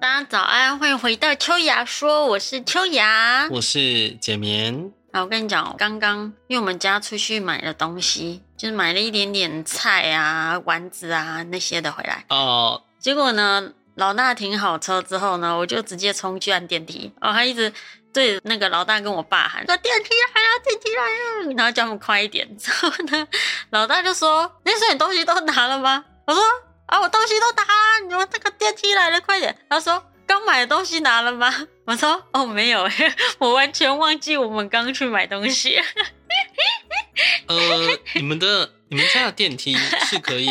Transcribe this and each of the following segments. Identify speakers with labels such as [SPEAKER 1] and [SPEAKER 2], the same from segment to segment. [SPEAKER 1] 大家早安，欢迎回到秋芽说，我是秋芽。
[SPEAKER 2] 我是简眠，
[SPEAKER 1] 啊，我跟你讲，刚刚因为我们家出去买了东西，就是买了一点点菜啊、丸子啊那些的回来，
[SPEAKER 2] 哦，
[SPEAKER 1] 结果呢，老大停好车之后呢，我就直接冲去按电梯，哦，他一直对着那个老大跟我爸喊：“说电梯来了，电梯来了！”然后叫他们快一点。 之后呢，老大就说：“那时候你东西都拿了吗？”我说：“啊，我东西都拿了，你们这个电梯来了，快点！”他说：“刚买的东西拿了吗？”我说：“哦，没有， 我完全忘记我们刚去买东 西。
[SPEAKER 2] 呃，你们的你们家的电梯是可以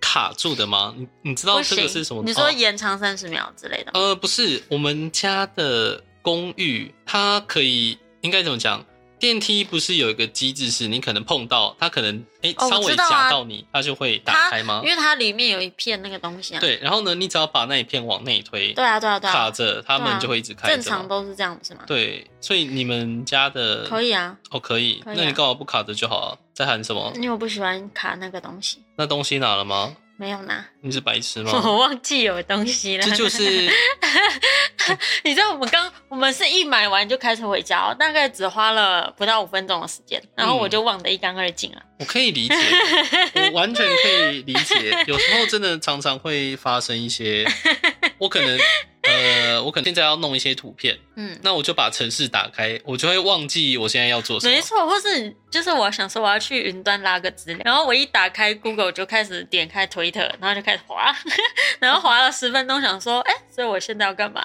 [SPEAKER 2] 卡住的吗？你你知”道
[SPEAKER 1] 不
[SPEAKER 2] 这
[SPEAKER 1] 行
[SPEAKER 2] 个是什么？，
[SPEAKER 1] 你说
[SPEAKER 2] 哦
[SPEAKER 1] 延长三十秒之类的吗，
[SPEAKER 2] 呃，不是，我们家的公寓，它可以应该怎么讲？电梯不是有一个机制，是你可能碰到它，可能哎、
[SPEAKER 1] 哦我
[SPEAKER 2] 稍
[SPEAKER 1] 知
[SPEAKER 2] 微
[SPEAKER 1] 道啊
[SPEAKER 2] 夹到你，它就会打开吗
[SPEAKER 1] 因？为它里面有一片那个东西啊。
[SPEAKER 2] 哦对，然后呢，你只要把那一片往内推，
[SPEAKER 1] 对啊，对啊，对啊。
[SPEAKER 2] 卡着，它
[SPEAKER 1] 对啊
[SPEAKER 2] 们就会一直开着
[SPEAKER 1] 正
[SPEAKER 2] 嘛。
[SPEAKER 1] 常都是这样，不是吗？
[SPEAKER 2] 对，所以你们家的
[SPEAKER 1] 可以啊，
[SPEAKER 2] 哦，可以，
[SPEAKER 1] 可以啊嗯
[SPEAKER 2] 那你干嘛不卡着就好啊？在喊什么？
[SPEAKER 1] 因为我不喜欢卡那个东西，
[SPEAKER 2] 那东西拿了吗？
[SPEAKER 1] 没有拿，
[SPEAKER 2] 你是白痴吗？
[SPEAKER 1] 我忘记有东西了。
[SPEAKER 2] 这就是
[SPEAKER 1] 你知道我们刚我们是一买完就开车回家、哦，大概只花了不到五分钟的时间，然后我就忘得一干二净啊了。
[SPEAKER 2] 我可以理解，我完全可以理解。有时候真的常常会发生 一些，我可能呃，我可能现在要弄一些图片，
[SPEAKER 1] 嗯，
[SPEAKER 2] 那我就把城市打开，我就会忘记我现在要做什么
[SPEAKER 1] 没。错，或是就是我想说我要去云端拉个资料，然后我一打开 Google 就开始点开 Twitter，然后就开始滑， 然后滑了十分钟，想说哎、所以我现在要干嘛？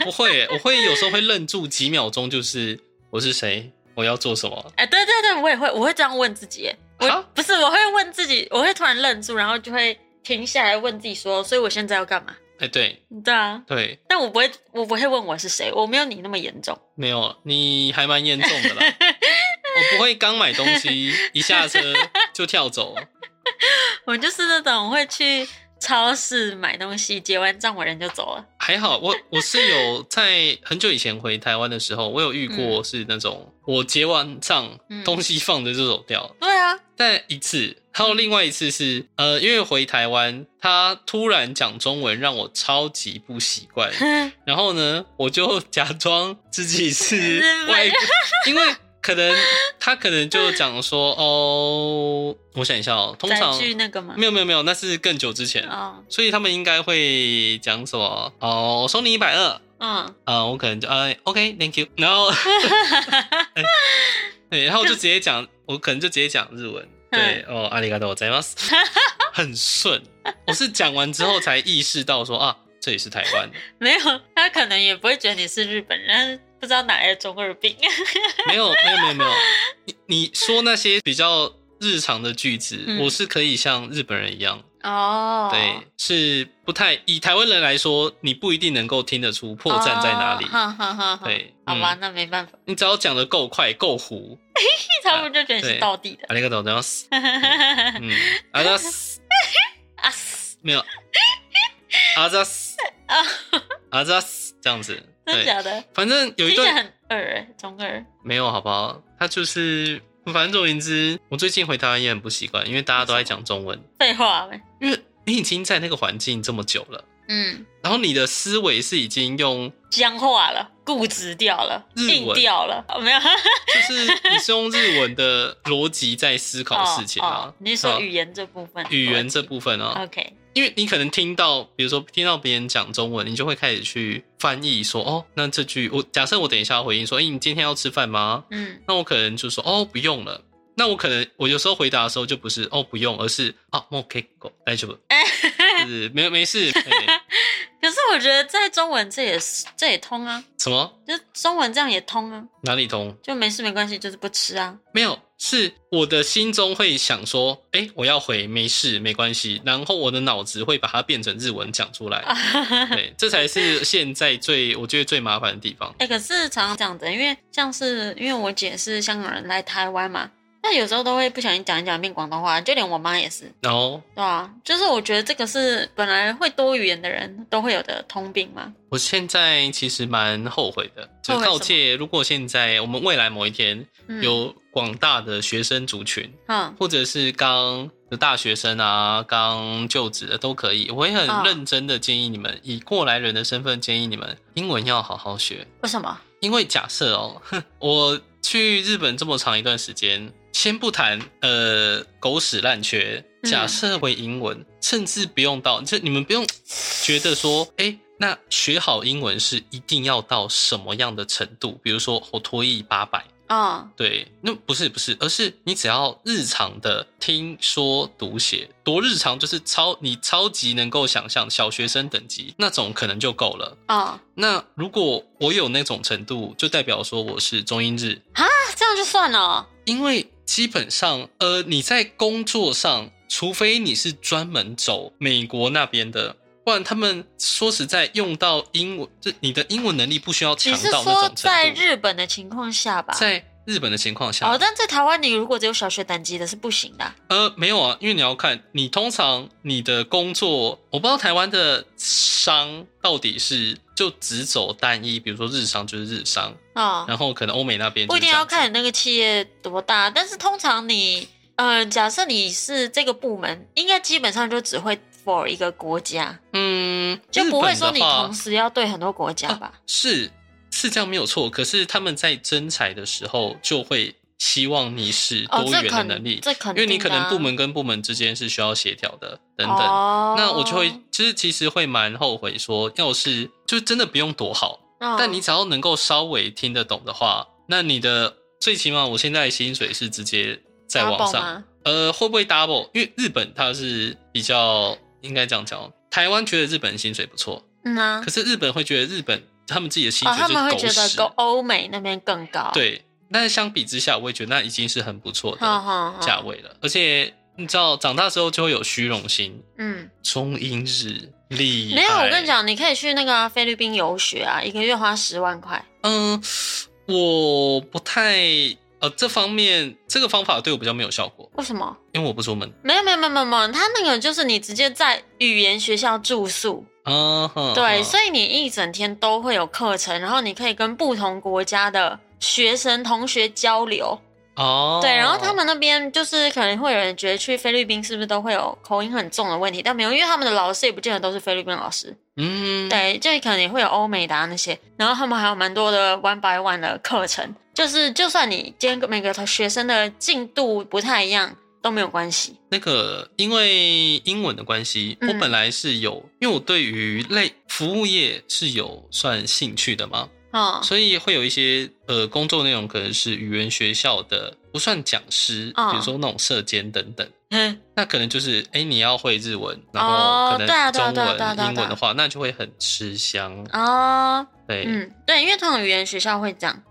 [SPEAKER 2] 我不会、欸我会有时候会愣住几秒钟，就是我是谁，我要做什么。
[SPEAKER 1] 哎，对对对，我也会，我会这样问自己。哎我
[SPEAKER 2] 啊
[SPEAKER 1] 不是，我会问自己，我会突然愣住，然后就会停下来问自己说，所以我现在要干嘛？
[SPEAKER 2] 哎、对
[SPEAKER 1] 对啊，
[SPEAKER 2] 对，
[SPEAKER 1] 但我不会，我不会问我是谁，我没有你那么严重。
[SPEAKER 2] 没有，你还蛮严重的啦。我不会刚买东西一下车就跳走，
[SPEAKER 1] 我就是那种会去超市买东西，结完账我人就走了。
[SPEAKER 2] 还好，我我是有在很久以前回台湾的时候，我有遇过是那种、我结完账
[SPEAKER 1] 嗯
[SPEAKER 2] 东西放着就走掉，
[SPEAKER 1] 对 啊，
[SPEAKER 2] 但一次，还有另外一次是呃，因为回台湾，他突然讲中文让我超级不习惯，然后呢，我就假装自己是外国，因为可能他可能就讲说哦，我想一下哦，通
[SPEAKER 1] 载
[SPEAKER 2] 常
[SPEAKER 1] 具那个嘛。
[SPEAKER 2] 没有没有没有，那是更久之前。
[SPEAKER 1] 哦，
[SPEAKER 2] 所以他们应该会讲什么？哦，我收你一百二，
[SPEAKER 1] 嗯，
[SPEAKER 2] 啊，我可能就哎，OK，Thank、you，然 后哎对，然后我就直接讲，我可能就直接讲日
[SPEAKER 1] 嗯
[SPEAKER 2] 文，对，哦，阿里嘎多，ざいます，很顺。我是讲完之后才意识到说啊，这里是台湾，
[SPEAKER 1] 没有，他可能也不会觉得你是日本人，不知道哪来的中二病。
[SPEAKER 2] 没有，没有，没有，没有。你你说那些比较日常的句子，
[SPEAKER 1] 嗯
[SPEAKER 2] 我是可以像日本人一样，
[SPEAKER 1] 哦，
[SPEAKER 2] 对，是不太以台湾人来说，你不一定能够听得出破绽在哪里
[SPEAKER 1] 哦。哈哈哈哈。
[SPEAKER 2] 对，
[SPEAKER 1] 好吧，
[SPEAKER 2] 嗯，
[SPEAKER 1] 那没办法，
[SPEAKER 2] 你只要讲的够快够糊，
[SPEAKER 1] 他们就觉得你是
[SPEAKER 2] 对
[SPEAKER 1] 道地的。
[SPEAKER 2] ありがとうございます。嗯，阿扎斯
[SPEAKER 1] 啊嘶
[SPEAKER 2] 没有，阿扎斯
[SPEAKER 1] 啊，
[SPEAKER 2] 阿扎斯这样子，
[SPEAKER 1] 真的
[SPEAKER 2] 对，
[SPEAKER 1] 假的？
[SPEAKER 2] 反正
[SPEAKER 1] 听
[SPEAKER 2] 有一
[SPEAKER 1] 起来
[SPEAKER 2] 段
[SPEAKER 1] 很二哎，中二。
[SPEAKER 2] 没有，好不好？他就是，反正总而言之，我最近回台湾也很不习惯，因为大家都在讲中文，
[SPEAKER 1] 废话欸呗。
[SPEAKER 2] 因为你已经在那个环境这么久了，
[SPEAKER 1] 嗯，
[SPEAKER 2] 然后你的思维是已经用，
[SPEAKER 1] 僵化了，固执掉了，
[SPEAKER 2] 日文
[SPEAKER 1] 硬掉了，哦、没有
[SPEAKER 2] 就是你是用日文的逻辑在思考事情
[SPEAKER 1] 哦
[SPEAKER 2] 啊
[SPEAKER 1] 哦。你是说
[SPEAKER 2] 啊
[SPEAKER 1] 语言这部分？
[SPEAKER 2] 语言这部分啊，
[SPEAKER 1] OK，
[SPEAKER 2] 因为你可能听到，比如说听到别人讲中文，你就会开始去翻译说，哦，那这句我假设我等一下要回应说，哎、你今天要吃饭吗？
[SPEAKER 1] 嗯，
[SPEAKER 2] 那我可能就说，哦，不用了。那我可能我有时候回答的时候就不是哦不用，而是啊もう結構大丈夫，
[SPEAKER 1] 哎
[SPEAKER 2] 就是没没事，哎
[SPEAKER 1] 可是我觉得在中文这也是这也通啊，
[SPEAKER 2] 什么
[SPEAKER 1] 就是中文这样也通啊，
[SPEAKER 2] 哪里通？
[SPEAKER 1] 就没事没关系，就是不吃啊。
[SPEAKER 2] 没有，是我的心中会想说，哎、我要回没事没关系，然后我的脑子会把它变成日文讲出 来，
[SPEAKER 1] 哎、
[SPEAKER 2] 对，这才是现在最我觉得最麻烦的地方。
[SPEAKER 1] 欸可是常常这样的，因为像是因为我姐是香港人来台湾嘛，那有时候都会不小心讲一讲变广东话，就连我妈也是，
[SPEAKER 2] 然后
[SPEAKER 1] 对啊，就是我觉得这个是本来会多语言的人都会有的通病嘛。
[SPEAKER 2] 我现在其实蛮后悔的，
[SPEAKER 1] 后悔什
[SPEAKER 2] 就是
[SPEAKER 1] 么
[SPEAKER 2] 告诫，如果现在我们未来某一天
[SPEAKER 1] 嗯，
[SPEAKER 2] 有广大的学生族群，
[SPEAKER 1] 嗯
[SPEAKER 2] 或者是刚就大学生啊，刚就职的都可以。我也
[SPEAKER 1] 哦
[SPEAKER 2] 很认真的建议你们，以过来人的身份建议你们，英文要好好学。
[SPEAKER 1] 为什么？
[SPEAKER 2] 因为假设哦，我去日本这么长一段时间，先不谈呃狗屎烂缺，
[SPEAKER 1] 嗯
[SPEAKER 2] 假设会英文，甚至不用到，就你们不用觉得说，哎、那学好英文是一定要到什么样的程度？比如说我脱译八百，
[SPEAKER 1] 哦，
[SPEAKER 2] 对，那不是不是，而是你只要日常的听说读写，多日常就是超你超级能够想象小学生等级那种可能就够了。
[SPEAKER 1] 哦，
[SPEAKER 2] 那如果我有那种程度，就代表说我是中英日，
[SPEAKER 1] 那这样就算了哦。
[SPEAKER 2] 因为基本上，呃，你在工作上，除非你是专门走美国那边的，不然他们说实在用到英文，这你的英文能力不需要强
[SPEAKER 1] 你是
[SPEAKER 2] 到
[SPEAKER 1] 说
[SPEAKER 2] 那种
[SPEAKER 1] 在
[SPEAKER 2] 程度。
[SPEAKER 1] 日本的情况下吧？
[SPEAKER 2] 在日本的情况下，
[SPEAKER 1] 哦，但在台湾，你如果只有小学等级的是不行的啊。
[SPEAKER 2] 呃，没有啊，因为你要看，你通常你的工作，我不知道台湾的商到底是就只走单一，比如说日商就是日商，
[SPEAKER 1] 哦，
[SPEAKER 2] 然后可能欧美那边就
[SPEAKER 1] 不
[SPEAKER 2] 是
[SPEAKER 1] 一定
[SPEAKER 2] 这
[SPEAKER 1] 要
[SPEAKER 2] 样子
[SPEAKER 1] 看你那个企业多大，但是通常你，呃，假设你是这个部门，应该基本上就只会 for 一个国家，
[SPEAKER 2] 嗯，
[SPEAKER 1] 就不会说你
[SPEAKER 2] 日本的话
[SPEAKER 1] 同时要对很多国家吧？
[SPEAKER 2] 是是这样没有错，可是他们在征才的时候就会希望你是
[SPEAKER 1] 哦
[SPEAKER 2] 啊多，
[SPEAKER 1] 这
[SPEAKER 2] 元的
[SPEAKER 1] 肯
[SPEAKER 2] 能力，
[SPEAKER 1] 这肯定
[SPEAKER 2] 因为你可
[SPEAKER 1] 的
[SPEAKER 2] 能
[SPEAKER 1] 啊
[SPEAKER 2] 部门跟部门之间是需要协调的等等。
[SPEAKER 1] 哦、
[SPEAKER 2] 那我就会，就是其实会蛮后悔说，要是就真的不用多好，
[SPEAKER 1] 哦
[SPEAKER 2] 但你只要能够稍微听得懂的话，那你的最起码我现在的薪水是直接在往
[SPEAKER 1] double
[SPEAKER 2] 上。
[SPEAKER 1] 吗
[SPEAKER 2] 呃，会不会 double？因为日本它是比较应该这样讲哦，台湾觉得日本薪水不错，
[SPEAKER 1] 嗯啊，
[SPEAKER 2] 可是日本会觉得日本他们自己的薪
[SPEAKER 1] 哦，
[SPEAKER 2] 水
[SPEAKER 1] 他
[SPEAKER 2] 就
[SPEAKER 1] 们会
[SPEAKER 2] 是
[SPEAKER 1] 觉
[SPEAKER 2] 狗
[SPEAKER 1] 得
[SPEAKER 2] 屎，
[SPEAKER 1] 欧欧美那边更高，，
[SPEAKER 2] 对。但是相比之下，我也觉得那已经是很不错
[SPEAKER 1] 哈
[SPEAKER 2] 的
[SPEAKER 1] 哈
[SPEAKER 2] 价
[SPEAKER 1] 哈，
[SPEAKER 2] 位了。而且你知道，长大之后就会有虚荣心，
[SPEAKER 1] 嗯，
[SPEAKER 2] 中英日厉害。
[SPEAKER 1] 没有，我跟你，讲，你可以去那个啊、菲律宾游学啊，一个月花十万块，
[SPEAKER 2] 嗯，我不太呃这方面这个方法对我比较没有效果，
[SPEAKER 1] 为什么？
[SPEAKER 2] 因为我不出门。
[SPEAKER 1] 没有没有没有没有没有，他那个就是你直接在语言学校住宿，
[SPEAKER 2] 啊哈，
[SPEAKER 1] 对，
[SPEAKER 2] 以
[SPEAKER 1] 所以你一整天都会有课程，然后你可以跟不同国家的学生同学交流，
[SPEAKER 2] 哦，
[SPEAKER 1] 对，然后他们那边就是可能会有人觉得去菲律宾是不是都会有口音很重的问题，但没有，因为他们的老师也不见得都是菲律宾老师，
[SPEAKER 2] 嗯，
[SPEAKER 1] 对，就可能也会有欧美的、啊、那些，然后他们还有蛮多的 one by one 的课程，就是就算你今天每个学生的进度不太一样都没有关系，
[SPEAKER 2] 那个，因为英文的关系，
[SPEAKER 1] 嗯
[SPEAKER 2] 我本来是有，因为我对于类服务业是有算兴趣的嘛，
[SPEAKER 1] 嗯
[SPEAKER 2] 所以会有一些呃工作内容可能是语言学校的，不算讲师，
[SPEAKER 1] 嗯
[SPEAKER 2] 比如说那种社监等等，
[SPEAKER 1] 嗯，
[SPEAKER 2] 那可能就是哎、诶你要会日文，然
[SPEAKER 1] 哦
[SPEAKER 2] 后可
[SPEAKER 1] 对啊
[SPEAKER 2] 能
[SPEAKER 1] 对啊
[SPEAKER 2] 中
[SPEAKER 1] 对啊对啊
[SPEAKER 2] 文、
[SPEAKER 1] 对啊
[SPEAKER 2] 英文的话，那就会很吃香。
[SPEAKER 1] 哦，
[SPEAKER 2] 对，嗯
[SPEAKER 1] 嗯，对，因为通常语言学校会这样。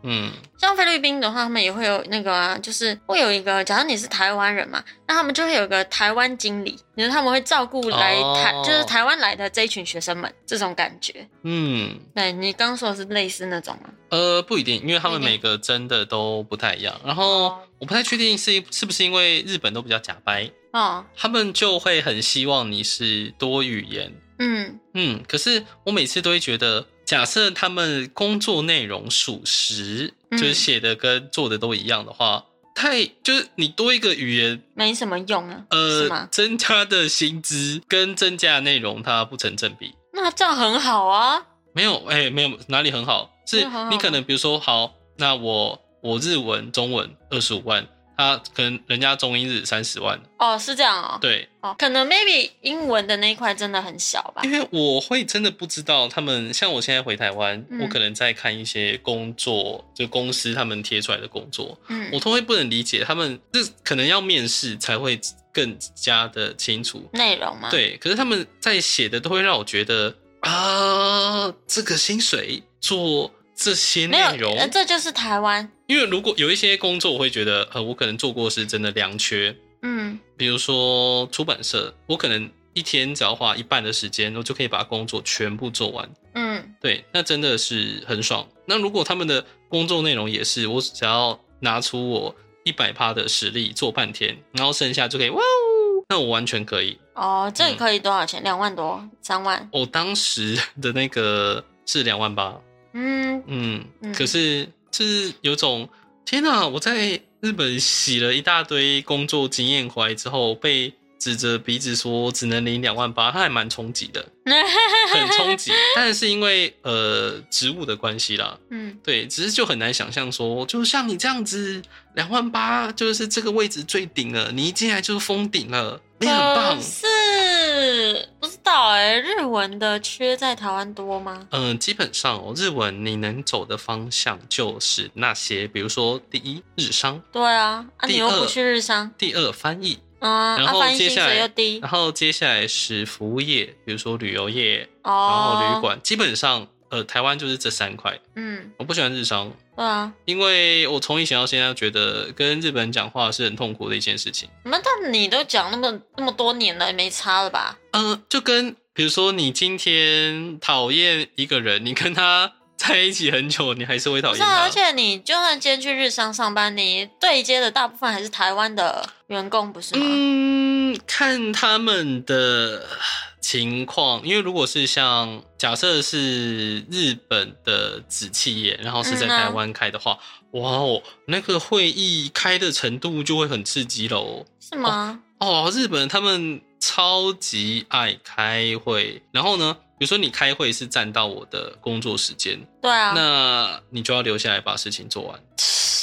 [SPEAKER 1] 像菲律宾的话，他们也会有那个、啊，就是会有一个，假如你是台湾人嘛，那他们就会有一个台湾经理，就是他们会照顾来
[SPEAKER 2] 哦
[SPEAKER 1] 台，就是台湾来的这一群学生们，这种感觉。
[SPEAKER 2] 嗯
[SPEAKER 1] 对你刚说的是类似那种吗？
[SPEAKER 2] 呃，不一定，因为他们
[SPEAKER 1] 不一定
[SPEAKER 2] 每个真的都不太一样。然后
[SPEAKER 1] 哦
[SPEAKER 2] 我不太确定是是不是因为日本都比较假掰，
[SPEAKER 1] 哦，
[SPEAKER 2] 他们就会很希望你是多语言。
[SPEAKER 1] 嗯，
[SPEAKER 2] 嗯，可是我每次都会觉得，假设他们工作内容属实，
[SPEAKER 1] 嗯
[SPEAKER 2] 就是写的跟做的都一样的话，太就是你多一个语言，
[SPEAKER 1] 没什么用啊，是
[SPEAKER 2] 呃，
[SPEAKER 1] 吗？
[SPEAKER 2] 增加的薪资跟增加的内容它不成正比。
[SPEAKER 1] 那这样很好啊，
[SPEAKER 2] 没有，哎、没有哪里很好，
[SPEAKER 1] 没
[SPEAKER 2] 是
[SPEAKER 1] 有很好啊
[SPEAKER 2] 你可能比如说，好，那我我日文、中文二十五万，他可能人家中英日三十万，
[SPEAKER 1] 哦，是这样哦，
[SPEAKER 2] 对，
[SPEAKER 1] 哦，可能 maybe 英文的那一块真的很小吧
[SPEAKER 2] 因，为我会真的不知道他们，像我现在回台湾，
[SPEAKER 1] 嗯
[SPEAKER 2] 我可能在看一些工作，就公司他们贴出来的工作，
[SPEAKER 1] 嗯
[SPEAKER 2] 我，都会不能理解他们，这可能要面试才会更加的清楚。
[SPEAKER 1] 内容嘛，，
[SPEAKER 2] 对，可是他们在写的都会让我觉得啊，这个薪水做这些
[SPEAKER 1] 没有
[SPEAKER 2] 内，容，
[SPEAKER 1] 呃这就是台湾，
[SPEAKER 2] 因为如果有一些工作，我会觉得呃，我可能做过是真的良缺，
[SPEAKER 1] 嗯，
[SPEAKER 2] 比如说出版社，我可能一天只要花一半的时间，我就可以把工作全部做完。
[SPEAKER 1] 嗯，
[SPEAKER 2] 对，那真的是很爽。那如果他们的工作内容也是，我只要拿出我一百趴的实力做半天，然后剩下就可以哇哦，那我完全可以。
[SPEAKER 1] 哦，这个
[SPEAKER 2] 嗯
[SPEAKER 1] 可以多少钱？两万多，三万，
[SPEAKER 2] 我当时 的那个是两万八，
[SPEAKER 1] 嗯，
[SPEAKER 2] 嗯，
[SPEAKER 1] 嗯
[SPEAKER 2] 可是就是有种天哪、我在日本洗了一大堆工作经验回来之后，被指着鼻子说只能领两万八，他还蛮冲击的，很冲击。但是因为呃职务的关系啦，
[SPEAKER 1] 嗯，
[SPEAKER 2] 对，只是就很难想象说，就像你这样子，两万八就是这个位置最顶了，你一进来就是封顶了，你很棒
[SPEAKER 1] 可。是不知道哎、日文的缺在台湾多吗？
[SPEAKER 2] 嗯、基本上哦，日文你能走的方向就是那些，比如说第一日商，
[SPEAKER 1] 对啊，啊，
[SPEAKER 2] 第
[SPEAKER 1] 你又
[SPEAKER 2] 二
[SPEAKER 1] 不去日商，
[SPEAKER 2] 第二翻译，
[SPEAKER 1] 嗯，啊，
[SPEAKER 2] 然后
[SPEAKER 1] 翻译
[SPEAKER 2] 接
[SPEAKER 1] 薪
[SPEAKER 2] 下来啊
[SPEAKER 1] 水又低，
[SPEAKER 2] 然后接下来是服务业，比如说旅游业，然
[SPEAKER 1] 哦，
[SPEAKER 2] 后旅，馆，基本上呃台湾就是这三块。
[SPEAKER 1] 嗯，
[SPEAKER 2] 我不喜欢日商，
[SPEAKER 1] 对啊，
[SPEAKER 2] 因为我从以前到现在觉得跟日本人讲话是很痛苦的一件事情。
[SPEAKER 1] 那但你都讲那么那么多年了，也没差了吧？
[SPEAKER 2] 呃，就跟比如说你今天讨厌一个人，你跟他 在一起很久，你还是会讨
[SPEAKER 1] 不
[SPEAKER 2] 厌
[SPEAKER 1] 是啊，
[SPEAKER 2] 他。
[SPEAKER 1] 而且你就算今天去日商上班，你对接的大部分还是台湾的员工，不是吗？
[SPEAKER 2] 嗯，看他们的情况，因为如果是像假设是日本的子企业，然后是在
[SPEAKER 1] 嗯啊
[SPEAKER 2] 台湾开的话，哇哦，那个会议开的程度就会很刺激喽。
[SPEAKER 1] 是吗？
[SPEAKER 2] 哦，日本他们超级爱开会，然后呢，比如说你开会是占到我的工作时间，
[SPEAKER 1] 对啊，
[SPEAKER 2] 哦那你就要留下来把事情做完。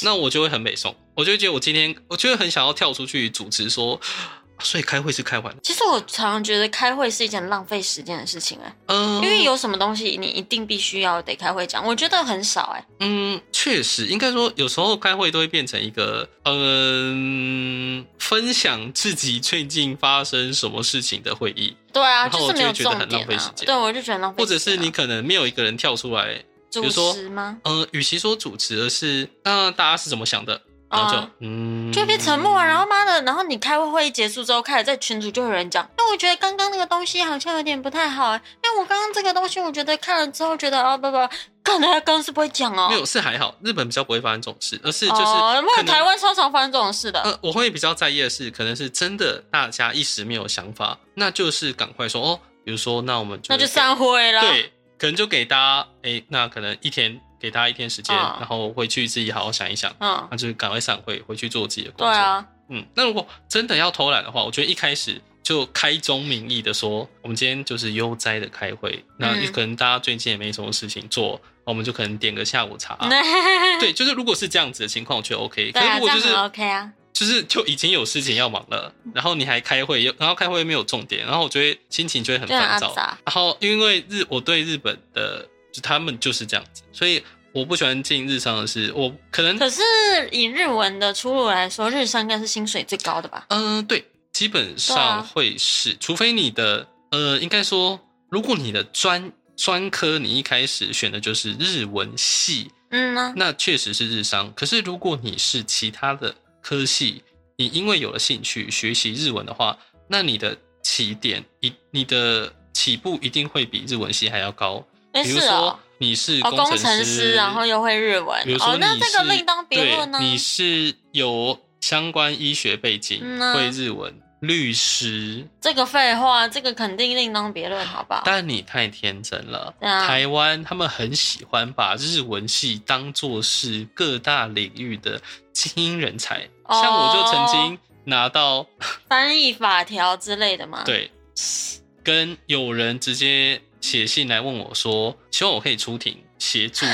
[SPEAKER 2] 那我就会很美送，我就会觉得我今天，我就会很想要跳出去主持说，啊所以开会是开完了，
[SPEAKER 1] 其实我常常觉得开会是一件浪费时间的事情、哎、
[SPEAKER 2] 嗯、
[SPEAKER 1] 因为有什么东西你一定必须要得开会讲，我觉得很少、哎，
[SPEAKER 2] 嗯，确实，应该说有时候开会都会变成一个，嗯、分享自己最近发生什么事情的会议，
[SPEAKER 1] 对啊，
[SPEAKER 2] 然后
[SPEAKER 1] 就
[SPEAKER 2] 我
[SPEAKER 1] 是没有
[SPEAKER 2] 就会觉得
[SPEAKER 1] 重
[SPEAKER 2] 很
[SPEAKER 1] 点
[SPEAKER 2] 浪费时
[SPEAKER 1] 啊，
[SPEAKER 2] 间
[SPEAKER 1] 对，我就觉得浪费
[SPEAKER 2] 或
[SPEAKER 1] 时间啊、
[SPEAKER 2] 者是你可能没有一个人跳出来，
[SPEAKER 1] 主
[SPEAKER 2] 如说
[SPEAKER 1] 持吗？
[SPEAKER 2] 呃，与其说主持，而是那大家是怎么想的，然后就、
[SPEAKER 1] 啊
[SPEAKER 2] 嗯，
[SPEAKER 1] 就会变沉默啊，然后妈的，然后你开会会议结束之后，开始在群组就有人讲，那我觉得刚刚那个东西好像有点不太好、哎，因为我刚刚这个东西，我觉得看了之后觉得啊不不，看来他刚刚是不会讲哦，
[SPEAKER 2] 没有是还好，日本比较不会发生这种事，而是就是
[SPEAKER 1] 哦，没
[SPEAKER 2] 可
[SPEAKER 1] 有
[SPEAKER 2] 能
[SPEAKER 1] 台湾超常发生这种事的，
[SPEAKER 2] 呃，我会比较在意的是，可能是真的大家一时没有想法，那就是赶快说哦，比如说那我们就
[SPEAKER 1] 那就
[SPEAKER 2] 给
[SPEAKER 1] 散啊会了。
[SPEAKER 2] 对，可能就给大家哎，那可能一天给大家一天时间，
[SPEAKER 1] 嗯
[SPEAKER 2] 然后回去自己好好想一想，
[SPEAKER 1] 嗯，
[SPEAKER 2] 那就是赶快散会，回去做自己的工
[SPEAKER 1] 对
[SPEAKER 2] 作。，
[SPEAKER 1] 啊，
[SPEAKER 2] 嗯，那如果真的要偷懒的话，我觉得一开始。就开宗明义的说，我们今天就是悠哉的开会，那
[SPEAKER 1] 嗯
[SPEAKER 2] 可能大家最近也没什么事情做，我们就可能点个下午茶。
[SPEAKER 1] 对
[SPEAKER 2] 啊对，就是如果是这样子的情况，我觉得 OK。可
[SPEAKER 1] 对
[SPEAKER 2] 是
[SPEAKER 1] 啊，
[SPEAKER 2] 如果就
[SPEAKER 1] 这
[SPEAKER 2] 是
[SPEAKER 1] 样很 OK 啊。
[SPEAKER 2] 就是就已经有事情要忙了，
[SPEAKER 1] 嗯
[SPEAKER 2] 然后你还开会，又然后开会又没有重点，然后我就会心情就会很
[SPEAKER 1] 啊就很
[SPEAKER 2] 烦躁
[SPEAKER 1] 阿杂。
[SPEAKER 2] 然后因为日我对日本的就他们就是这样子，所以我不喜欢进日常的事。我可能
[SPEAKER 1] 可是以日文的出路来说，日商应该是薪水最高的吧？
[SPEAKER 2] 嗯、对，基本
[SPEAKER 1] 对
[SPEAKER 2] 上
[SPEAKER 1] 啊
[SPEAKER 2] 会是，除非你的呃应该说，如果你的专专科你一开始选的就是日文系，
[SPEAKER 1] 嗯呢、
[SPEAKER 2] 那确实是日商。可是如果你是其他的科系，你因为有了兴趣学习日文的话，那你的起点一你的起步一定会比日文系还要高。
[SPEAKER 1] 哎、
[SPEAKER 2] 比如
[SPEAKER 1] 是
[SPEAKER 2] 说
[SPEAKER 1] 哦，
[SPEAKER 2] 你是
[SPEAKER 1] 哦，工
[SPEAKER 2] 程
[SPEAKER 1] 程师，然后又会日文
[SPEAKER 2] 比如，说
[SPEAKER 1] 哦，
[SPEAKER 2] 你
[SPEAKER 1] 那
[SPEAKER 2] 是
[SPEAKER 1] 这个另当别论呢、
[SPEAKER 2] 对你是有相关医学背景，
[SPEAKER 1] 嗯啊
[SPEAKER 2] 会日文，律师，
[SPEAKER 1] 这个废话，这个肯定另当别论，好不好？
[SPEAKER 2] 但你太天真了。
[SPEAKER 1] 对啊
[SPEAKER 2] 台湾他们很喜欢把日文系当做是各大领域的精英人才，
[SPEAKER 1] 哦
[SPEAKER 2] 像我就曾经拿到
[SPEAKER 1] 翻译法条之类的嘛。，
[SPEAKER 2] 对，跟有人直接写信来问我说，希望我可以出庭 协助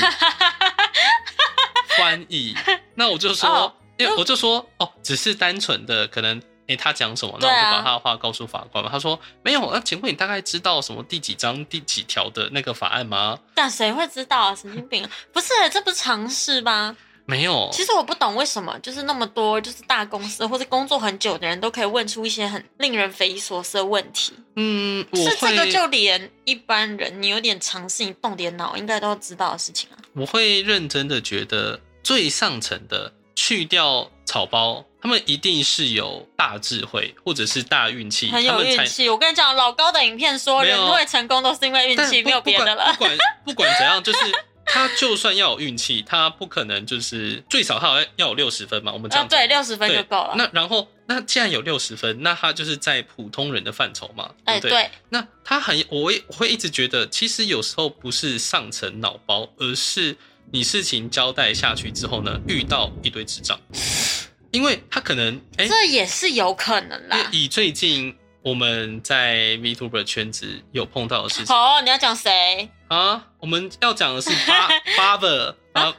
[SPEAKER 2] 翻译，那我就说
[SPEAKER 1] 哦，
[SPEAKER 2] 因为我就说哦，只是单纯的可能。诶、他讲什么？那我
[SPEAKER 1] 对啊
[SPEAKER 2] 就把他的话告诉法官嘛。他说没有。那请问你大概知道什么第几章、第几条的那个法案吗？
[SPEAKER 1] 但谁会知道啊？神经病啊！不是，这不是常识吗？
[SPEAKER 2] 没有，
[SPEAKER 1] 其实我不懂为什么，就是那么多就是大公司或者工作很久的人都可以问出一些很令人匪夷所思的问题。
[SPEAKER 2] 嗯，我
[SPEAKER 1] 是这个
[SPEAKER 2] 会
[SPEAKER 1] 就连一般人，你有点常识，你动点脑，应该都知道的事情啊。
[SPEAKER 2] 我会认真的觉得最上层的去掉草包，他们一定是有大智慧或者是大运气，
[SPEAKER 1] 很
[SPEAKER 2] 他
[SPEAKER 1] 有
[SPEAKER 2] 们才
[SPEAKER 1] 运气，我跟你讲，老高的影片说，
[SPEAKER 2] 没有
[SPEAKER 1] 人会成功都是因为运
[SPEAKER 2] 但
[SPEAKER 1] 气，
[SPEAKER 2] 不
[SPEAKER 1] 没有别的了
[SPEAKER 2] 不。管不管不管怎样，就是他就算要有运气，他不可能就是最少他要有六十分嘛，我们 这
[SPEAKER 1] 啊，
[SPEAKER 2] 样讲、
[SPEAKER 1] 对，六十分
[SPEAKER 2] 对
[SPEAKER 1] 就够了。
[SPEAKER 2] 那然后那既然有六十分，那他就是在普通人的范畴嘛，对
[SPEAKER 1] 哎，
[SPEAKER 2] 不对？
[SPEAKER 1] 对，
[SPEAKER 2] 那他很，我会我会一直觉得，其实有时候不是上层脑包，而是你事情交代下去之后呢，遇到一堆智障。因为他可能哎，
[SPEAKER 1] 这也是有可能
[SPEAKER 2] 因为
[SPEAKER 1] 啦。
[SPEAKER 2] 以最近我们在 VTuber 圈子有碰到的事情
[SPEAKER 1] 哦，你要讲谁？
[SPEAKER 2] 啊，我们要讲的是 巴巴本啊，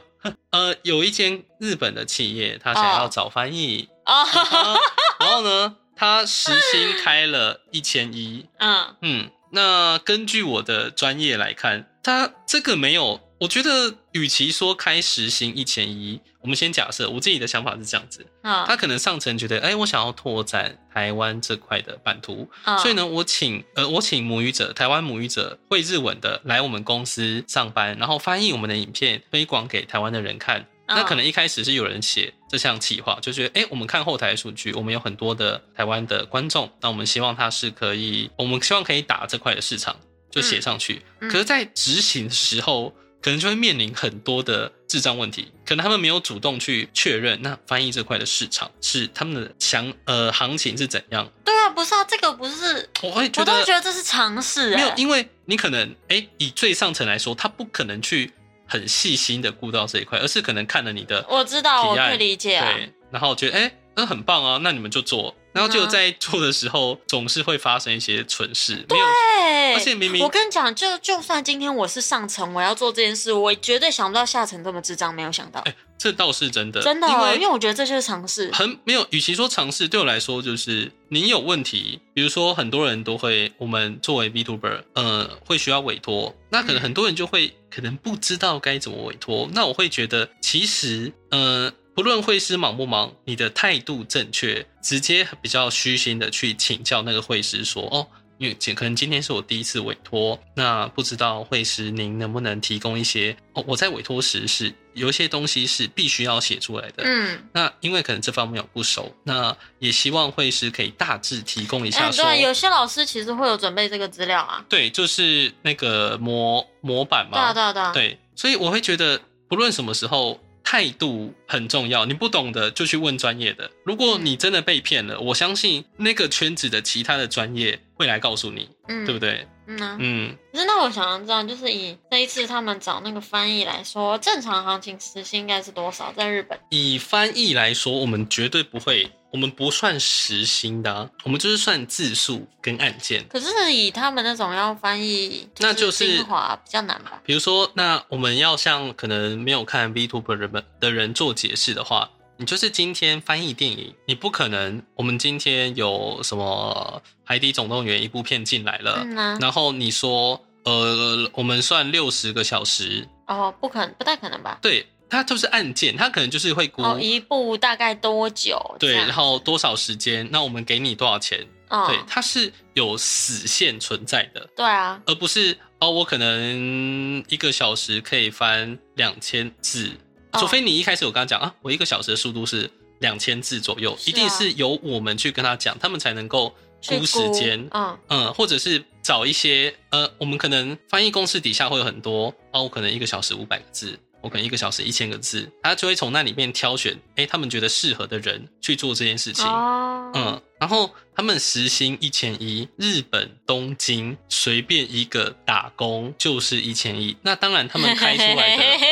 [SPEAKER 2] 呃，有一间日本的企业，他想
[SPEAKER 1] 啊
[SPEAKER 2] 要找翻译，
[SPEAKER 1] 哦，
[SPEAKER 2] 啊然后呢，他时薪开了一千一，
[SPEAKER 1] 嗯，
[SPEAKER 2] 嗯，那根据我的专业来看，他这个没有，我觉得与其说开时薪一千一，我们先假设我自己的想法是这样子，他
[SPEAKER 1] 嗯，
[SPEAKER 2] 可能上层觉得，哎、我想要拓展台湾这块的版图，
[SPEAKER 1] 嗯
[SPEAKER 2] 所以，呢，我请呃，我请母语者，台湾母语者会日文的来我们公司上班，然后翻译我们的影片，推广给台湾的人看。那
[SPEAKER 1] 嗯
[SPEAKER 2] 可能一开始是有人写这项企划，就觉得哎、诶我们看后台数据，我们有很多的台湾的观众，那我们希望他是可以，我们希望可以打这块的市场，就写上去。
[SPEAKER 1] 嗯嗯
[SPEAKER 2] 可是，在执行的时候，可能就会面临很多的智障问题，可能他们没有主动去确认那翻译这块的市场是他们的想呃行情是怎样。
[SPEAKER 1] 对啊，不是啊，这个不是，
[SPEAKER 2] 我会觉
[SPEAKER 1] 我
[SPEAKER 2] 得
[SPEAKER 1] 都会觉得这是尝试、欸，
[SPEAKER 2] 没有，因为你可能哎、诶以最上层来说，他不可能去很细心的顾到这一块，而是可能看了你的
[SPEAKER 1] 我知道，我
[SPEAKER 2] 提案
[SPEAKER 1] 可以理解啊。
[SPEAKER 2] 对，然后觉得哎、诶那很棒啊，那你们就做。然
[SPEAKER 1] 嗯
[SPEAKER 2] 后就在做的时候，总是会发生一些蠢事，没有，
[SPEAKER 1] 对，
[SPEAKER 2] 而且明明
[SPEAKER 1] 我跟你讲，就就算今天我是上层，我要做这件事，我绝对想不到下层这么智障，没有想到，
[SPEAKER 2] 这倒是真的，
[SPEAKER 1] 真的，哦因
[SPEAKER 2] 哎因
[SPEAKER 1] 为
[SPEAKER 2] 为
[SPEAKER 1] 我觉得这就是尝试。
[SPEAKER 2] 很没有。与其说尝试，对我来说就是你有问题，比如说很多人都会，我们作为 Vtuber，呃，会需要委托，那可能
[SPEAKER 1] 嗯
[SPEAKER 2] 很多人就会可能不知道该怎么委托。那我会觉得，其实，呃，不论会师忙不忙，你的态度正确，直接比较虚心的去请教那个会师说，哦。因为可能今天是我第一次委托，那不知道会师您能不能提供一些哦？我在委托时是有一些东西是必须要写出来的，
[SPEAKER 1] 嗯，
[SPEAKER 2] 那因为可能这方面我不熟，那也希望会师可以大致提供一
[SPEAKER 1] 哎、
[SPEAKER 2] 下说，
[SPEAKER 1] 对，有些老师其实会有准备这个资料啊。
[SPEAKER 2] 对，就是那个模模板
[SPEAKER 1] 对啊，
[SPEAKER 2] 嘛，
[SPEAKER 1] 对啊，对啊。
[SPEAKER 2] 对，所以我会觉得不论什么时候。态度很重要，你不懂的就去问专业的。如果
[SPEAKER 1] 嗯
[SPEAKER 2] 你真的被骗了，我相信那个圈子的其他的专业会来告诉你，
[SPEAKER 1] 嗯，
[SPEAKER 2] 对不？对？
[SPEAKER 1] 嗯啊。
[SPEAKER 2] 嗯，
[SPEAKER 1] 可是那我想要知道，就是以这一次他们找那个翻译来说，正常行情时薪应该是多少？在日本，
[SPEAKER 2] 以翻译来说，我们绝对不会，我们不算时薪的、啊，我们就是算字数跟案件。
[SPEAKER 1] 可是以他们那种要翻译，
[SPEAKER 2] 那就是
[SPEAKER 1] 精华比较难吧？
[SPEAKER 2] 比如说，那我们要向可能没有看 VTuber 人们的人做解释的话，你就是今天翻译电影，你不可能我们今天有什么《海底总动员》一部片进来了，
[SPEAKER 1] 嗯啊，
[SPEAKER 2] 然后你说呃，我们算六十个小时，
[SPEAKER 1] 哦，不可能，不太可能吧？
[SPEAKER 2] 对，它就是案件，它可能就是会估、
[SPEAKER 1] 哦，一部大概多久？
[SPEAKER 2] 对，
[SPEAKER 1] 这样
[SPEAKER 2] 然后多少时间，那我们给你多少钱，
[SPEAKER 1] 哦
[SPEAKER 2] 对，它是有死线存在的。
[SPEAKER 1] 对啊，
[SPEAKER 2] 而不是哦，我可能一个小时可以翻两千字，
[SPEAKER 1] 哦
[SPEAKER 2] 除非你一开始我跟他讲啊，我一个小时的速度是两千字左右，
[SPEAKER 1] 是啊
[SPEAKER 2] 一定是由我们去跟他讲，他们才能够
[SPEAKER 1] 去
[SPEAKER 2] 估时间。
[SPEAKER 1] 嗯
[SPEAKER 2] 嗯，或者是找一些呃，我们可能翻译公式底下会有很多哦，我可能一个小时五百个字，我可能一个小时一千个字，他就会从那里面挑选，哎、他们觉得适合的人去做这件事情。
[SPEAKER 1] 哦，
[SPEAKER 2] 嗯，然后他们时薪一千一，日本东京随便一个打工就是一千一。那当然，他们开出来 的，
[SPEAKER 1] 的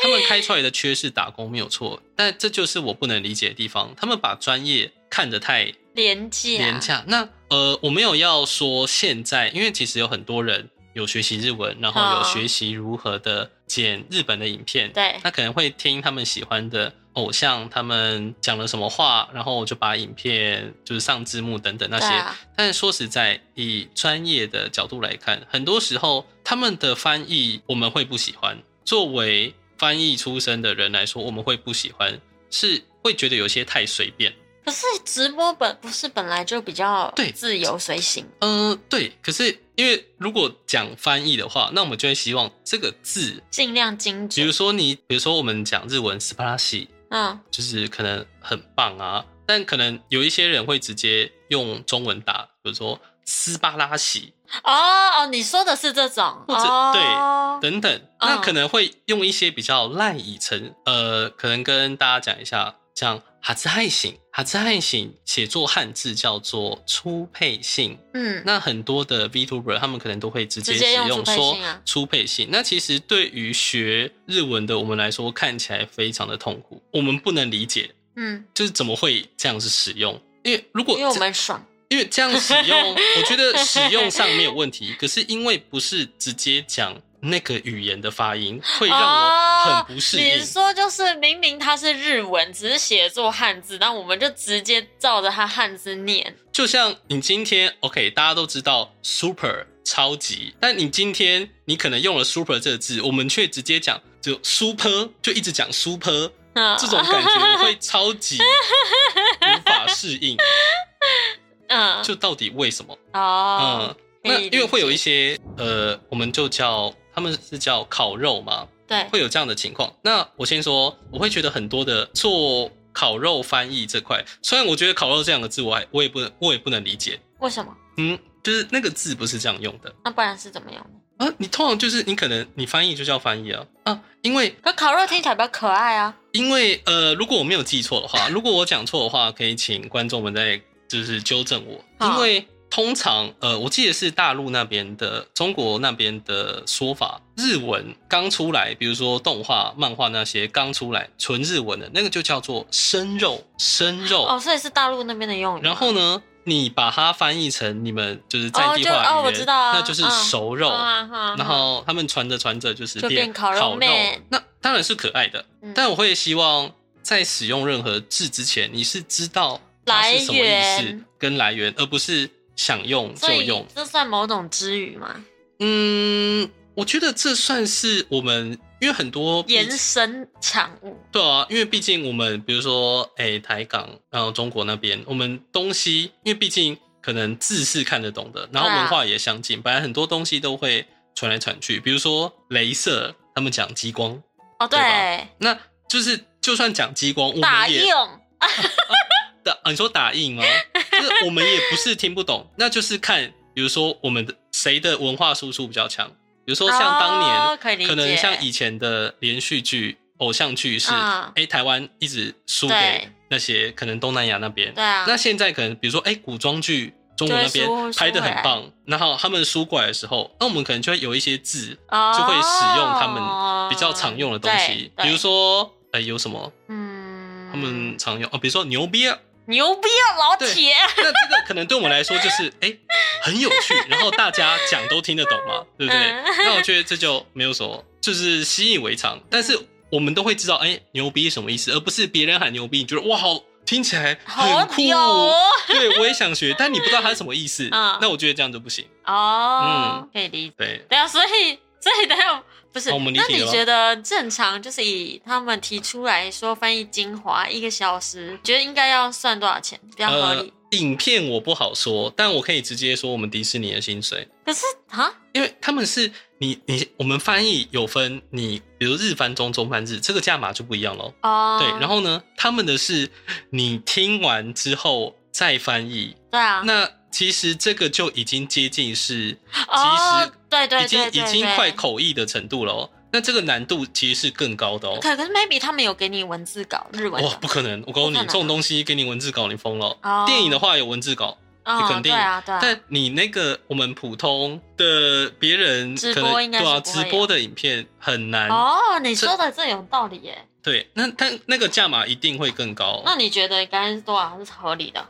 [SPEAKER 2] 他们开出来的缺是打工没有错，但这就是我不能理解的地方。他们把专业看得太
[SPEAKER 1] 廉价，
[SPEAKER 2] 廉，价。那呃，我没有要说现在，因为其实有很多人有学习日文，然后有
[SPEAKER 1] 哦
[SPEAKER 2] 学习如何的剪日本的影片，
[SPEAKER 1] 对，
[SPEAKER 2] 他可能会听他们喜欢的偶像，他们讲了什么话，然后我就把影片就是上字幕等等那些。
[SPEAKER 1] 对啊
[SPEAKER 2] 但是说实在，以专业的角度来看，很多时候他们的翻译我们会不喜欢。作为翻译出身的人来说，我们会不喜欢，是会觉得有些太随便。
[SPEAKER 1] 可是直播本不是本来就比较
[SPEAKER 2] 对
[SPEAKER 1] 自由随行，
[SPEAKER 2] 嗯，对。可是因为如果讲翻译的话，那我们就会希望这个字，
[SPEAKER 1] 尽量精
[SPEAKER 2] 比如
[SPEAKER 1] 准。
[SPEAKER 2] 说你，比如说我们讲日文 s p a r s h
[SPEAKER 1] 嗯，
[SPEAKER 2] 就是可能很棒啊，但可能有一些人会直接用中文打，比如说斯巴拉喜
[SPEAKER 1] 哦哦，你说的是这种，
[SPEAKER 2] 或者
[SPEAKER 1] 哦、
[SPEAKER 2] 等等，
[SPEAKER 1] 嗯
[SPEAKER 2] 那可能会用一些比较赖以成，呃，可能跟大家讲一下，像哈兹亥醒，哈兹亥醒写作汉字叫做初配信，
[SPEAKER 1] 嗯，
[SPEAKER 2] 那很多的 Vtuber 他们可能都会直接
[SPEAKER 1] 直
[SPEAKER 2] 使
[SPEAKER 1] 接用
[SPEAKER 2] 用
[SPEAKER 1] 初配
[SPEAKER 2] 说
[SPEAKER 1] 信啊
[SPEAKER 2] 初配信。那其实对于学日文的我们来说，看起来非常的痛苦，我们不能理解。
[SPEAKER 3] 嗯，
[SPEAKER 2] 就是怎么会这样子使用？因为如果
[SPEAKER 1] 因为我
[SPEAKER 2] 这
[SPEAKER 1] 们爽，
[SPEAKER 2] 因为这样使用， 我觉得使用上没有问题。可是因为不是直接讲那个语言的发音，会让
[SPEAKER 1] 哦
[SPEAKER 2] 我很不适应
[SPEAKER 1] 你。说就是明明它是日文，只是写作汉字，但我们就直接照着它汉字念。
[SPEAKER 2] 就像你今天 OK，大家都知道 super 超级，但你今天你可能用了 super 这个字，我们却直接讲就 super，就一直讲 super，
[SPEAKER 1] 嗯，
[SPEAKER 2] 这种感觉 我会超级无法适应。
[SPEAKER 1] 嗯，
[SPEAKER 2] 就到底为什么？嗯
[SPEAKER 1] 哦，，
[SPEAKER 2] 那
[SPEAKER 1] 可以理
[SPEAKER 2] 因为会有
[SPEAKER 1] 解
[SPEAKER 2] 一些呃，我们就叫他们是叫烤肉嘛，
[SPEAKER 1] 对，
[SPEAKER 2] 会有这样的情况。那我先说，我会觉得很多的做烤肉翻译这块，虽然我觉得烤肉这两个字我还我也不能我也不能理解，
[SPEAKER 1] 为什么？
[SPEAKER 2] 嗯，就是那个字不是这样用的
[SPEAKER 1] 那不然是怎么用的？
[SPEAKER 2] 啊。你通常就是你可能你翻译就叫翻译啊啊，因为
[SPEAKER 1] 可烤肉听起来比较可爱啊。
[SPEAKER 2] 因为呃，如果我没有记错 的话，如果我讲错的话，可以请观众们再就是纠正我。
[SPEAKER 1] 好
[SPEAKER 2] 因为通常呃，我记得是大陆那边的、中国那边的说法，日文刚出来，比如说动画、漫画那些刚出来，纯日文的那个就叫做生肉，生肉。
[SPEAKER 1] 哦，所以是大陆那边的用语吗。啊
[SPEAKER 2] 然后呢，你把它翻译成你们就是在
[SPEAKER 1] 哦
[SPEAKER 2] 地
[SPEAKER 1] 就
[SPEAKER 2] 化语言，
[SPEAKER 1] 哦我知道啊
[SPEAKER 2] 那就是
[SPEAKER 1] 嗯
[SPEAKER 2] 熟肉。
[SPEAKER 1] 嗯，嗯
[SPEAKER 2] 然后他们传着传着就是
[SPEAKER 1] 就变烤
[SPEAKER 2] 烤
[SPEAKER 1] 肉
[SPEAKER 2] 肉
[SPEAKER 1] 面，
[SPEAKER 2] 那当然是可爱的，
[SPEAKER 1] 嗯
[SPEAKER 2] 但我会希望在使用任何字之前，你是知道它是什么
[SPEAKER 1] 来
[SPEAKER 2] 意思
[SPEAKER 1] 源
[SPEAKER 2] 跟来源，而不是想用就
[SPEAKER 1] 所以
[SPEAKER 2] 用。
[SPEAKER 1] 这算某种之语吗？
[SPEAKER 2] 嗯，我觉得这算是我们，因为很多毕
[SPEAKER 1] 延伸产物。
[SPEAKER 2] 对啊，因为毕竟我们比如说，哎、台港，然后中国那边，我们东西，因为毕竟可能字是看得懂的，然后
[SPEAKER 1] 对啊
[SPEAKER 2] 文化也相近，本来很多东西都会传来传去，比如说镭射，他们讲激光，
[SPEAKER 1] 哦，
[SPEAKER 2] 对吧
[SPEAKER 1] 对，
[SPEAKER 2] 那就是就算讲激光，我
[SPEAKER 1] 打
[SPEAKER 2] 们也
[SPEAKER 1] 用。
[SPEAKER 2] 打、啊，你说打 印吗？就是我们也不是听不懂，那就是看，比如说我们的谁的文化输出比较强，比如说像当年。
[SPEAKER 1] 哦可以理解，
[SPEAKER 2] 可能像以前的连续剧、偶像剧是，哎、
[SPEAKER 1] 嗯
[SPEAKER 2] 台湾一直输
[SPEAKER 1] 对
[SPEAKER 2] 给那些可能东南亚那边。
[SPEAKER 1] 对啊，
[SPEAKER 2] 那现在可能比如说，哎、古装剧中国那边
[SPEAKER 1] 就会输
[SPEAKER 2] 拍的很棒，然后他们输过来的时候，那我们可能就会有一些字
[SPEAKER 1] 就
[SPEAKER 2] 就会使用他
[SPEAKER 1] 哦
[SPEAKER 2] 们比较常用的东西，比如，说，哎、有什么
[SPEAKER 1] 对对嗯，
[SPEAKER 2] 他们常用哦，比如说牛逼啊，
[SPEAKER 1] 牛逼啊，老
[SPEAKER 2] 对
[SPEAKER 1] 铁，
[SPEAKER 2] 那这个可能对我们来说就是哎、很有趣，然后大家讲都听得懂 嘛，对不对？
[SPEAKER 1] 嗯
[SPEAKER 2] 那我觉得这就没有什么，就是习以为常。但是我们都会知道，哎、牛逼是什么意思，而不是别人喊牛逼，你觉得哇，好听起来很
[SPEAKER 1] 好
[SPEAKER 2] 酷，
[SPEAKER 1] 屌哦，
[SPEAKER 2] 对我也想学，但你不知道它是什么意思，
[SPEAKER 1] 嗯
[SPEAKER 2] 那我觉得这样就不行。
[SPEAKER 1] 哦，可以理解。
[SPEAKER 2] 对，
[SPEAKER 1] 对啊，所以所以等下不是，
[SPEAKER 2] 好我们离
[SPEAKER 1] 那
[SPEAKER 2] 题
[SPEAKER 1] 你
[SPEAKER 2] 了
[SPEAKER 1] 觉得正常就是以他们提出来说翻译精华一个小时，觉得应该要算多少钱比较合
[SPEAKER 2] 呃
[SPEAKER 1] 理？，
[SPEAKER 2] 影片我不好说，但我可以直接说我们迪士尼的薪水。
[SPEAKER 1] 可是啊，
[SPEAKER 2] 因为他们是你你我们翻译有分你，比如日翻中、中翻日，这个价码就不一样喽。
[SPEAKER 1] 哦，
[SPEAKER 2] 对，然后呢，他们的是你听完之后再翻译，
[SPEAKER 1] 对啊，
[SPEAKER 2] 那其实这个就已经接近是
[SPEAKER 1] 哦，对对
[SPEAKER 2] 已经
[SPEAKER 1] 对对，
[SPEAKER 2] 已经快
[SPEAKER 1] 对。
[SPEAKER 2] 口译的程度了哦。那这个难度其实是更高的哦。
[SPEAKER 1] 可可是 maybe 他们有给你文字稿日文
[SPEAKER 2] 哇，
[SPEAKER 1] 的
[SPEAKER 2] 不可能！我告诉你，
[SPEAKER 1] 啊不可能啊
[SPEAKER 2] 这种东西给你文字稿，你疯了。
[SPEAKER 1] 哦
[SPEAKER 2] 电影的话有文字稿，
[SPEAKER 1] 哦，
[SPEAKER 2] 肯
[SPEAKER 1] 对
[SPEAKER 2] 定
[SPEAKER 1] 啊对啊，
[SPEAKER 2] 但你那个我们普通的别人
[SPEAKER 1] 直
[SPEAKER 2] 可
[SPEAKER 1] 播
[SPEAKER 2] 能
[SPEAKER 1] 应该
[SPEAKER 2] 对啊，
[SPEAKER 1] 是不会
[SPEAKER 2] 直
[SPEAKER 1] 有
[SPEAKER 2] 播的影片很难
[SPEAKER 1] 哦，你
[SPEAKER 2] 这
[SPEAKER 1] 说的这有道理耶。
[SPEAKER 2] 对，那但那个价码一定会更高。哦
[SPEAKER 1] 那你觉得应该是多少是合理的？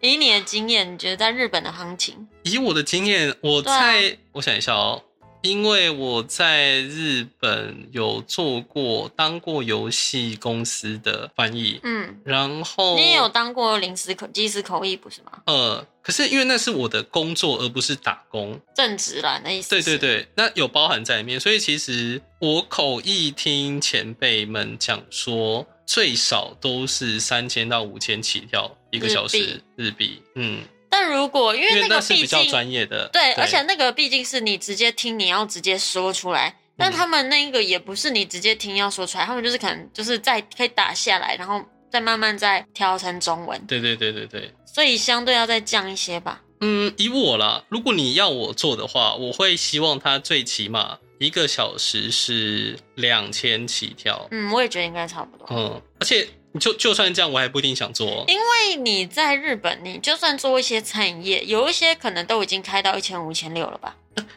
[SPEAKER 1] 以你的经验，你觉得在日本的行情
[SPEAKER 2] 以我的经验，我
[SPEAKER 1] 对啊
[SPEAKER 2] 在、我想一下哦，因为我在日本有做过当过游戏公司的翻译，
[SPEAKER 1] 嗯，
[SPEAKER 2] 然后
[SPEAKER 1] 你也有当过临时口即时口译不是吗？
[SPEAKER 2] 呃，可是因为那是我的工作，而不是打工。
[SPEAKER 1] 正职啦，那意思
[SPEAKER 2] 对对
[SPEAKER 1] 是，
[SPEAKER 2] 对，那有包含在里面，所以其实我口译听前辈们讲说，最少都是三千到五千起跳一个小时日币，嗯，
[SPEAKER 1] 但如果因
[SPEAKER 2] 因
[SPEAKER 1] 为
[SPEAKER 2] 为
[SPEAKER 1] 那个
[SPEAKER 2] 是
[SPEAKER 1] 毕
[SPEAKER 2] 比较
[SPEAKER 1] 竟
[SPEAKER 2] 专业的，
[SPEAKER 1] 对，而且那个毕竟是你直接听，你要直接说出来。但
[SPEAKER 2] 嗯
[SPEAKER 1] 他们那个也不是你直接听要说出来，他们就是可能就是在可以打下来，然后再慢慢再调成中文，
[SPEAKER 2] 对对对对对，
[SPEAKER 1] 所以相对要再降一些吧。
[SPEAKER 2] 嗯，以我啦，如果你要我做的话，我会希望它最起码一个小时是两千起跳，
[SPEAKER 1] 嗯，我也觉得应该差不多。
[SPEAKER 2] 嗯，而且就就算这样，我还不一定想做哦，
[SPEAKER 1] 因为你在日本，你就算做一些餐饮业，有一些可能都已经开到一千五、一千六了吧？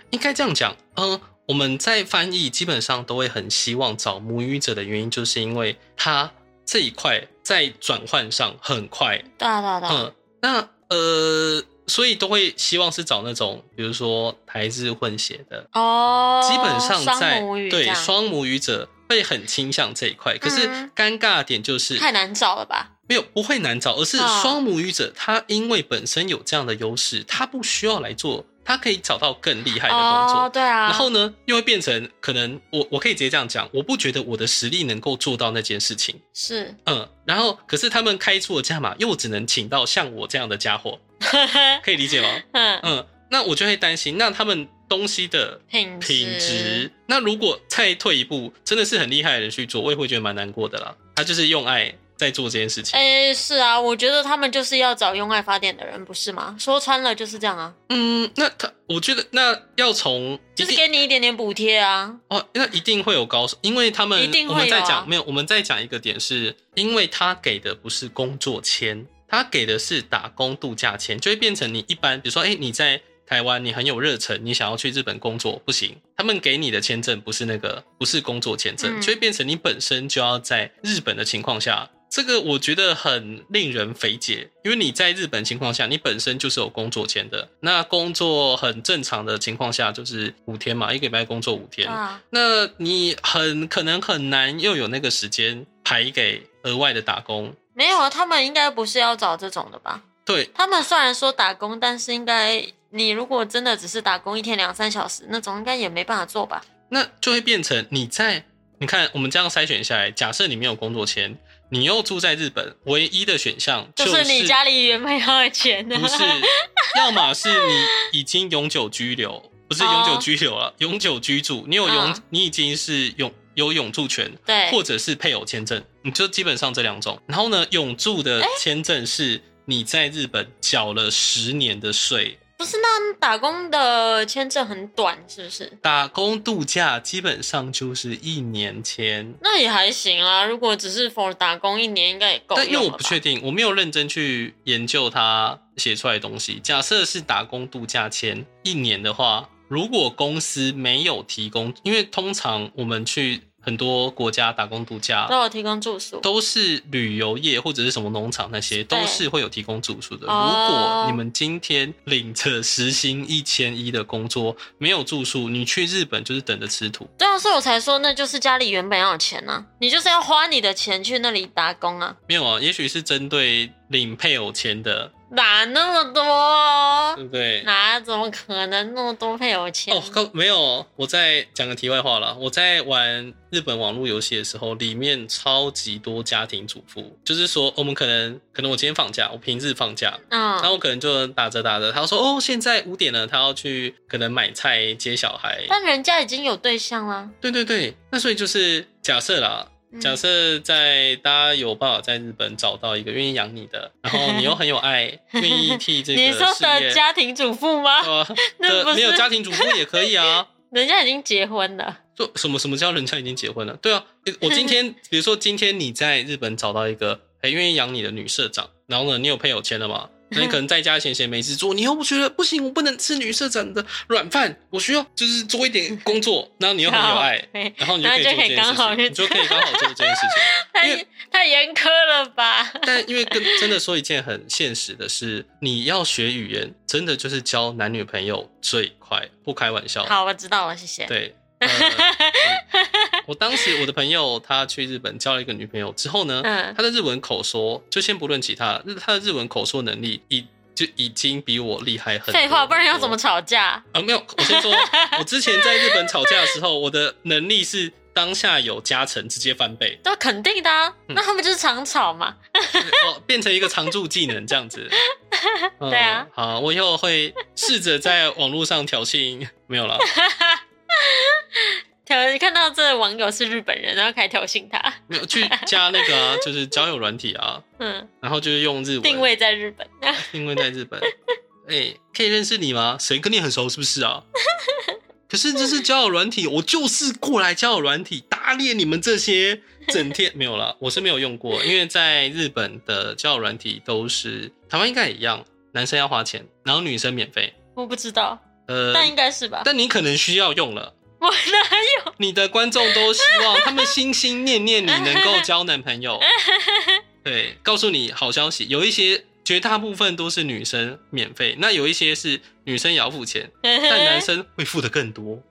[SPEAKER 2] 应该这样讲，嗯，我们在翻译基本上都会很希望找母语者的原因，就是因为它这一块在转换上很快，
[SPEAKER 1] 对啊对啊对啊，
[SPEAKER 2] 嗯，那呃，所以都会希望是找那种，比如说台日混血的，
[SPEAKER 1] 哦，
[SPEAKER 2] 基本上在
[SPEAKER 1] 双母语这
[SPEAKER 2] 对
[SPEAKER 1] 样
[SPEAKER 2] 双母语者会很倾向这一块。可是
[SPEAKER 1] 嗯
[SPEAKER 2] 尴尬的点就是
[SPEAKER 1] 太难找了吧？
[SPEAKER 2] 没有不会难找，而是
[SPEAKER 1] 哦
[SPEAKER 2] 双母语者他因为本身有这样的优势，他不需要来做，他可以找到更厉害的工
[SPEAKER 1] 哦，
[SPEAKER 2] 作。
[SPEAKER 1] 对啊，
[SPEAKER 2] 然后呢，又会变成可能我我可以直接这样讲，我不觉得我的实力能够做到那件事情。
[SPEAKER 1] 是
[SPEAKER 2] 嗯，然后可是他们开出了价码，又只能请到像我这样的家伙，可以理解吗？
[SPEAKER 1] 嗯
[SPEAKER 2] 嗯，那我就会担心，那他们东西的
[SPEAKER 1] 品
[SPEAKER 2] 品质，那如果再退一步，真的是很厉害的人去做，我也会觉得蛮难过的啦。他就是用爱在做这件事情。
[SPEAKER 1] 哎，是啊，我觉得他们就是要找用爱发电的人，不是吗？说穿了就是这样啊，
[SPEAKER 2] 嗯，那他，我觉得那要从一
[SPEAKER 1] 就是
[SPEAKER 2] 定
[SPEAKER 1] 给你一点点补贴啊。
[SPEAKER 2] 哦，那一定会有高手，因为他们
[SPEAKER 1] 一定会
[SPEAKER 2] 我们在
[SPEAKER 1] 有啊
[SPEAKER 2] 讲没有，我们在讲一个点是，因为他给的不是工作签，他给的是打工度假签，就会变成你一般，比如说，哎、你在台湾，你很有热忱，你想要去日本工作，不行，他们给你的签证不是那个，不是工作签证，
[SPEAKER 1] 嗯
[SPEAKER 2] 就会变成你本身就要在日本的情况下。这个我觉得很令人费解，因为你在日本情况下，你本身就是有工作签的。那工作很正常的情况下，就是五天嘛，一个礼拜工作五天。
[SPEAKER 1] 啊，
[SPEAKER 2] 那你很可能很难又有那个时间排给额外的打工。
[SPEAKER 1] 没有啊，他们应该不是要找这种的吧？
[SPEAKER 2] 对，
[SPEAKER 1] 他们虽然说打工，但是应该你如果真的只是打工一天两三小时那种，应该也没办法做吧？
[SPEAKER 2] 那就会变成你在你看我们这样筛选下来，假设你没有工作签，你又住在日本，唯一的选项
[SPEAKER 1] 就是是你家里原本 要有钱的，
[SPEAKER 2] 不是，要么是你已经永久居留，不是
[SPEAKER 1] 哦
[SPEAKER 2] 永久居留了，永久居住，你 有永
[SPEAKER 1] 嗯
[SPEAKER 2] 你已经是永有永住权，
[SPEAKER 1] 对，
[SPEAKER 2] 或者是配偶签证，你就基本上这两种。然后呢，永住
[SPEAKER 1] 哎
[SPEAKER 2] 的签证是你在日本缴了十年的税，
[SPEAKER 1] 不是那打工的签证很短，是不是？
[SPEAKER 2] 打工度假基本上就是一年签。
[SPEAKER 1] 那也还行啦，如果只是 for 打工一年，应该也够
[SPEAKER 2] 但因为
[SPEAKER 1] 用了
[SPEAKER 2] 我
[SPEAKER 1] 吧
[SPEAKER 2] 不确定，我没有认真去研究他写出来的东西。假设是打工度假签一年的话，如果公司没有提供，因为通常我们去很多国家打工度假，
[SPEAKER 1] 都有提供住宿，
[SPEAKER 2] 都是旅游业或者是什么农场那些，都是会有提供住宿的。如
[SPEAKER 1] 哦
[SPEAKER 2] 果你们今天领着时薪一千一的工作，没有住宿，你去日本就是等着吃土。
[SPEAKER 1] 对啊，所以我才说那就是家里原本要有钱啊，你就是要花你的钱去那里打工啊，
[SPEAKER 2] 没有啊，也许是针对领配偶钱的，
[SPEAKER 1] 哪那么多哦、
[SPEAKER 2] 对不对？
[SPEAKER 1] 哪怎么可能那么多配偶钱？
[SPEAKER 2] 哦，靠，没有，我再讲个题外话啦。我在玩日本网络游戏的时候，里面超级多家庭主妇，就是说我们可能可能我今天放假，我平日放假，然
[SPEAKER 1] 嗯，
[SPEAKER 2] 后可能就打着打着，他说哦，现在五点了，他要去可能买菜接小孩。
[SPEAKER 1] 但人家已经有对象啦，
[SPEAKER 2] 对对对，那所以就是假设啦，
[SPEAKER 1] 嗯
[SPEAKER 2] 假设在大家有办法在日本找到一个愿意养你的，然后你又很有 爱，愿意替这个
[SPEAKER 1] 你说
[SPEAKER 2] 事
[SPEAKER 1] 的
[SPEAKER 2] 业。
[SPEAKER 1] 家庭主妇吗？
[SPEAKER 2] 呃
[SPEAKER 1] 那不
[SPEAKER 2] 的
[SPEAKER 1] 是
[SPEAKER 2] 没有家庭主妇也可以啊，
[SPEAKER 1] 人家已经结婚了，
[SPEAKER 2] 就什么什么叫人家已经结婚了？对啊，诶我今天比如说今天你在日本找到一个很愿意养你的女社长，然后呢，你有配偶签了吗？那你可能在家闲闲没事做，你又不觉得不行，我不能吃女社长的软饭，我需要就是做一点工作，然后你又很有爱，
[SPEAKER 1] 对
[SPEAKER 2] 然后你就可以做这件
[SPEAKER 1] 然后就可以刚好
[SPEAKER 2] 事
[SPEAKER 1] 去
[SPEAKER 2] 情，你就可以刚好做这件事情。因
[SPEAKER 1] 太
[SPEAKER 2] 为
[SPEAKER 1] 太严苛了吧？
[SPEAKER 2] 但因为跟真的说一件很现实的事，你要学语言，真的就是交男女朋友最快，不开玩笑。
[SPEAKER 1] 好，我知道了，谢谢。
[SPEAKER 2] 哦 对，呃我我当时我的朋友他去日本交了一个女朋友之后呢，
[SPEAKER 1] 嗯
[SPEAKER 2] 他的日文口说，就先不论其他，日他的日文口说能力已就已经比我厉害很多。
[SPEAKER 1] 废话，不然要怎么吵架？
[SPEAKER 2] 啊？没有，我先说，我之前在日本吵架的时候，我的能力是当下有加成，直接翻倍，
[SPEAKER 1] 都肯定的、啊，
[SPEAKER 2] 嗯
[SPEAKER 1] 那他们就是常吵嘛。
[SPEAKER 2] 哦，变成一个常驻技能这 样子。嗯
[SPEAKER 1] 对啊，
[SPEAKER 2] 好，我以后会试着在网络上挑衅，没有啦。
[SPEAKER 1] 挑看到这网友是日本人，然后开始挑衅他，
[SPEAKER 2] 没有去加那个啊，就是交友软体啊，
[SPEAKER 1] 嗯，
[SPEAKER 2] 然后就是用日文
[SPEAKER 1] 定位在日本，
[SPEAKER 2] 因为在日本，哎、可以认识你吗？谁跟你很熟是不是啊？可是这是交友软体，我就是过来交友软体打脸你们这些整天没有啦，我是没有用过，因为在日本的交友软体都是台湾应该也一样，男生要花钱，然后女生免费。
[SPEAKER 1] 我不知道，
[SPEAKER 2] 呃，
[SPEAKER 1] 但应该是吧？
[SPEAKER 2] 但你可能需要用了，
[SPEAKER 1] 我哪有？
[SPEAKER 2] 你的观众都希望他们心心念念你能够交男朋友，对，告诉你好消息，有一些绝大部分都是女生免费，那有一些是女生也要付钱，但男生会付的 更多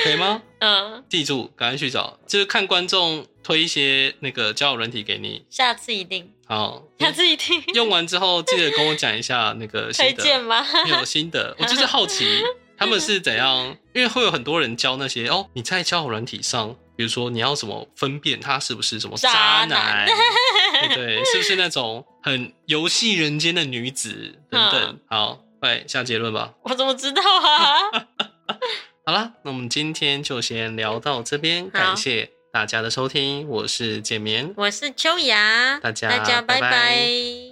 [SPEAKER 2] ，OK 吗？
[SPEAKER 4] 嗯，
[SPEAKER 2] 记住，赶快去找，就是看观众推一些那个交友软体给你。
[SPEAKER 4] 下次一定，
[SPEAKER 2] 好，
[SPEAKER 4] 下次一定
[SPEAKER 2] 用完之后记得跟我讲一下那个
[SPEAKER 4] 推
[SPEAKER 2] 心得，
[SPEAKER 4] 荐吗？
[SPEAKER 2] 没有心得，我就是好奇他们是怎样，因为会有很多人教那些哦，你在交友软体上，比如说你要怎么分辨他是不是什么
[SPEAKER 4] 渣
[SPEAKER 2] 渣
[SPEAKER 4] 男
[SPEAKER 2] 男，对对，是不是那种很游戏人间的女子等等。好，快下结论吧。
[SPEAKER 4] 我怎么知道啊？
[SPEAKER 2] 好啦，那我们今天就先聊到这边，感谢大家的收听，我是简眠，
[SPEAKER 4] 我是秋雅，
[SPEAKER 2] 大家
[SPEAKER 4] 大家
[SPEAKER 2] 拜
[SPEAKER 4] 拜
[SPEAKER 2] 拜
[SPEAKER 4] 拜